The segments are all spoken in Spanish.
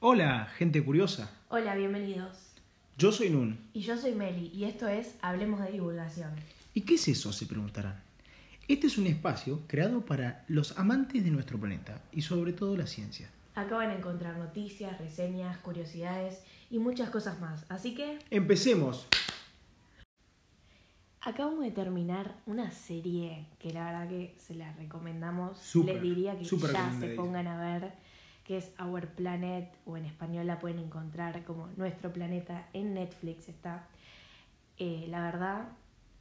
Hola, gente curiosa. Hola, bienvenidos. Yo soy Nun. Y yo soy Meli y esto es Hablemos de Divulgación. ¿Y qué es eso? Se preguntarán. Este es un espacio creado para los amantes de nuestro planeta y sobre todo la ciencia. Acá van a encontrar noticias, reseñas, curiosidades y muchas cosas más. Así que Empecemos. acabamos de terminar una serie que la verdad que se la recomendamos. Súper, Les diría que súper ya se recomendadísima. pongan a ver que es Our Planet o en español la pueden encontrar como Nuestro Planeta en Netflix está. Eh, la verdad,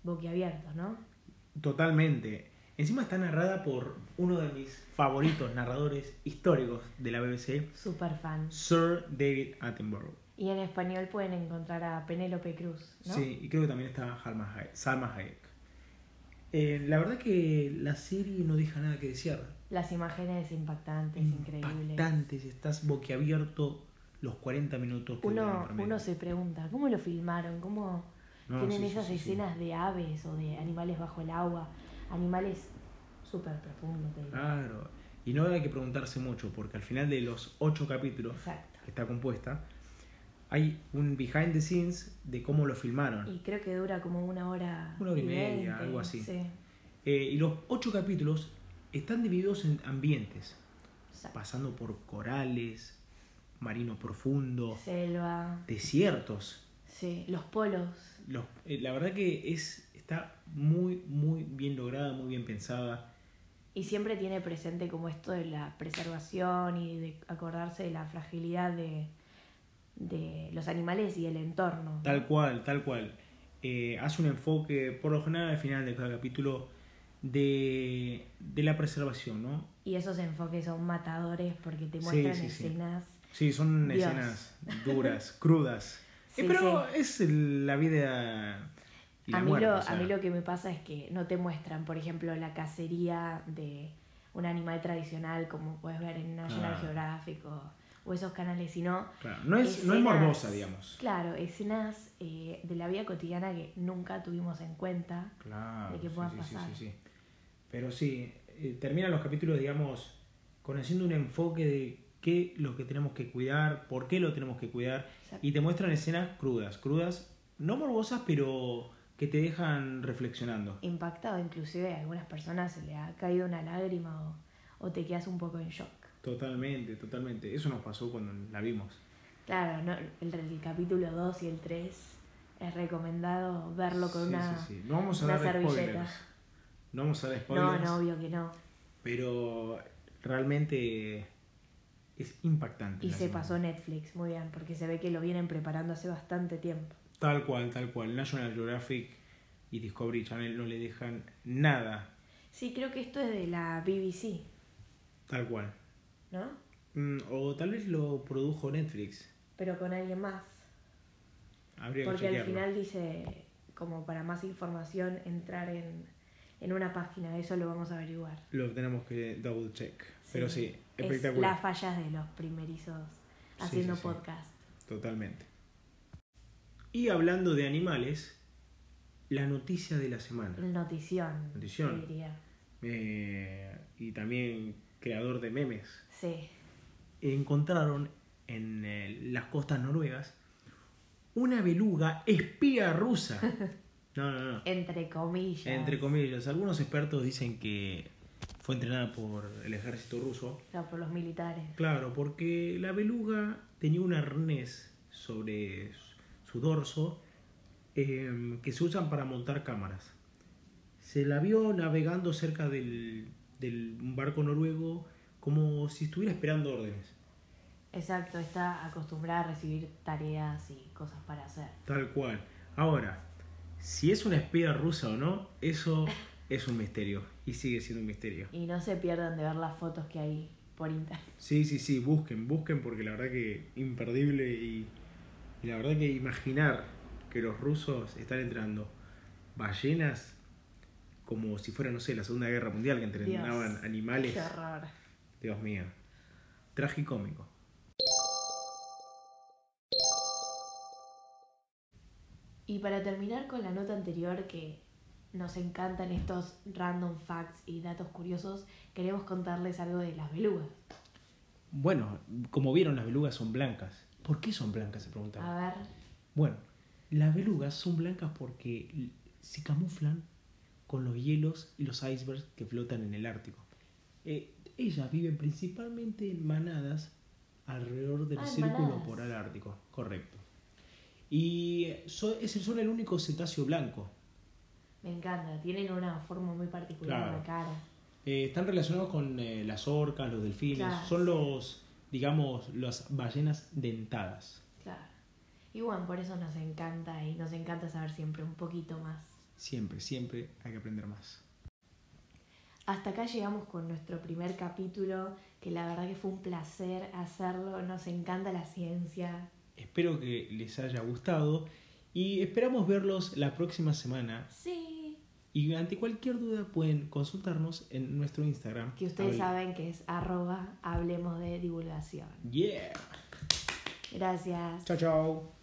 boquiabiertos, ¿no? Totalmente. Encima está narrada por uno de mis favoritos narradores históricos de la BBC, Super fan. Sir David Attenborough. Y en español pueden encontrar a Penélope Cruz, ¿no? Sí, y creo que también está Salma Hayek. Salma Hayek. Eh, la verdad que la serie no deja nada que desear. Las imágenes impactantes, increíbles. Impactantes, estás boquiabierto los 40 minutos que duran Uno, en promedio. uno se pregunta, ¿cómo lo filmaron? ¿Cómo No, tienen sí, sí, esas sí, sí. escenas de aves o de animales bajo el agua? Animales súper profundos. te digo. Claro. Y no hay que preguntarse mucho, porque al final de los ocho capítulos Exacto. que está compuesta, hay un behind the scenes de cómo lo filmaron. Y creo que dura como una hora. Una hora y media, veinte, algo así. Sí, Eh, y los ocho capítulos están divididos en ambientes, exacto. pasando por corales, marino profundo, Selva, desiertos. sí, los polos. Los- eh, la verdad que es está muy, muy bien lograda, muy bien pensada. Y siempre tiene presente como esto de la preservación y de acordarse de la fragilidad de, de los animales y el entorno. ¿no? Tal cual, tal cual. Eh, hace un enfoque, por lo general, al final de cada capítulo, de, de la preservación, ¿no? Y esos enfoques son matadores porque te Sí, muestran sí, sí. escenas. Sí, son Dios. escenas duras, crudas. Sí, Eh, pero es el- la vida y la A mí, muerte. lo, o sea. a mí lo que me pasa es que no te muestran, por ejemplo, la cacería de un animal tradicional como puedes ver en National Ah. Geographic o, o esos canales, sino, Claro, no, es, no es escenas- morbosa, digamos. claro, escenas eh, de la vida cotidiana que nunca tuvimos en cuenta. Claro, de que sí, pueda sí, sí, pasar. sí, sí. Pero sí, eh, terminan los capítulos, digamos, conociendo un enfoque de qué lo que tenemos que cuidar, por qué lo tenemos que cuidar, Exacto. y te muestran escenas crudas, crudas, no morbosas, pero que te dejan reflexionando. Impactado, inclusive a algunas personas se le ha caído una lágrima o, o te quedas un poco en shock. Totalmente, totalmente. Eso nos pasó cuando la vimos. Claro, no, el, el capítulo 2 y el 3 es recomendado verlo con Sí, una... sí, sí. No vamos a una dar servilleta. spoilers. No vamos a dar No, spoilers. no, obvio que no. Pero realmente es impactante. Y la se semana. pasó Netflix, muy bien, porque se ve que lo vienen preparando hace bastante tiempo. Tal cual, tal cual. National Geographic y Discovery Channel no le dejan nada. Sí, creo que esto es de la BBC, Tal cual. ¿no? Mm, o tal vez lo produjo Netflix. Pero con alguien más. Habría que Porque al chequearlo. final dice, como para más información, entrar en, en una página, eso lo vamos a averiguar. Lo tenemos que double check. Pero sí, espectacular. Es las fallas de los primerizos Sí, haciendo sí, sí. podcast. Totalmente. Y hablando de animales, la noticia de la semana. Notición. Notición. te diría. Eh, y también creador de memes. Sí. encontraron en eh, las costas noruegas una beluga espía rusa. No, no, no. Entre comillas. Entre comillas, algunos expertos dicen que fue entrenada por el ejército ruso. No, por los militares. Claro, porque la beluga tenía un arnés sobre su- su dorso eh, que se usan para montar cámaras. Se la vio navegando cerca del, del barco noruego como si estuviera esperando órdenes. Exacto, está acostumbrada a recibir tareas y cosas para hacer. Tal cual. Ahora, si es una espía rusa o no, eso es un misterio. Y sigue siendo un misterio. Y no se pierdan de ver las fotos que hay por internet. Sí, sí, sí, busquen, busquen, porque la verdad que imperdible y, y la verdad que imaginar que los rusos están entrando ballenas como si fuera, no sé, la Segunda Guerra Mundial, que entrenaban Dios, animales. Qué horror. Dios mío. Tragicómico. Y para terminar con la nota anterior que nos encantan estos random facts y datos curiosos, queremos contarles algo de las belugas. Bueno, como vieron, las belugas son blancas. ¿Por qué son blancas? Se preguntaban. A ver, Bueno, las belugas son blancas porque se camuflan con los hielos y los icebergs que flotan en el Ártico. Eh, ellas viven principalmente en manadas alrededor del Ah, en círculo manadas. polar ártico, correcto. Y eh, so- es el- son el único cetáceo blanco. me encanta. Tienen una forma muy particular en la cara. Eh, están relacionados con eh, las orcas, los delfines, Claro, son sí. los, digamos, las ballenas dentadas. Claro. Y bueno, por eso nos encanta y nos encanta saber siempre un poquito más. Siempre, siempre hay que aprender más. Hasta acá llegamos con nuestro primer capítulo, que la verdad que fue un placer hacerlo. Nos encanta la ciencia. Espero que les haya gustado y esperamos verlos la próxima semana. Sí. Y ante cualquier duda pueden consultarnos en nuestro Instagram. Que ustedes Hable- saben que es arroba hablemos de divulgación. Yeah. Gracias. Chao, chao.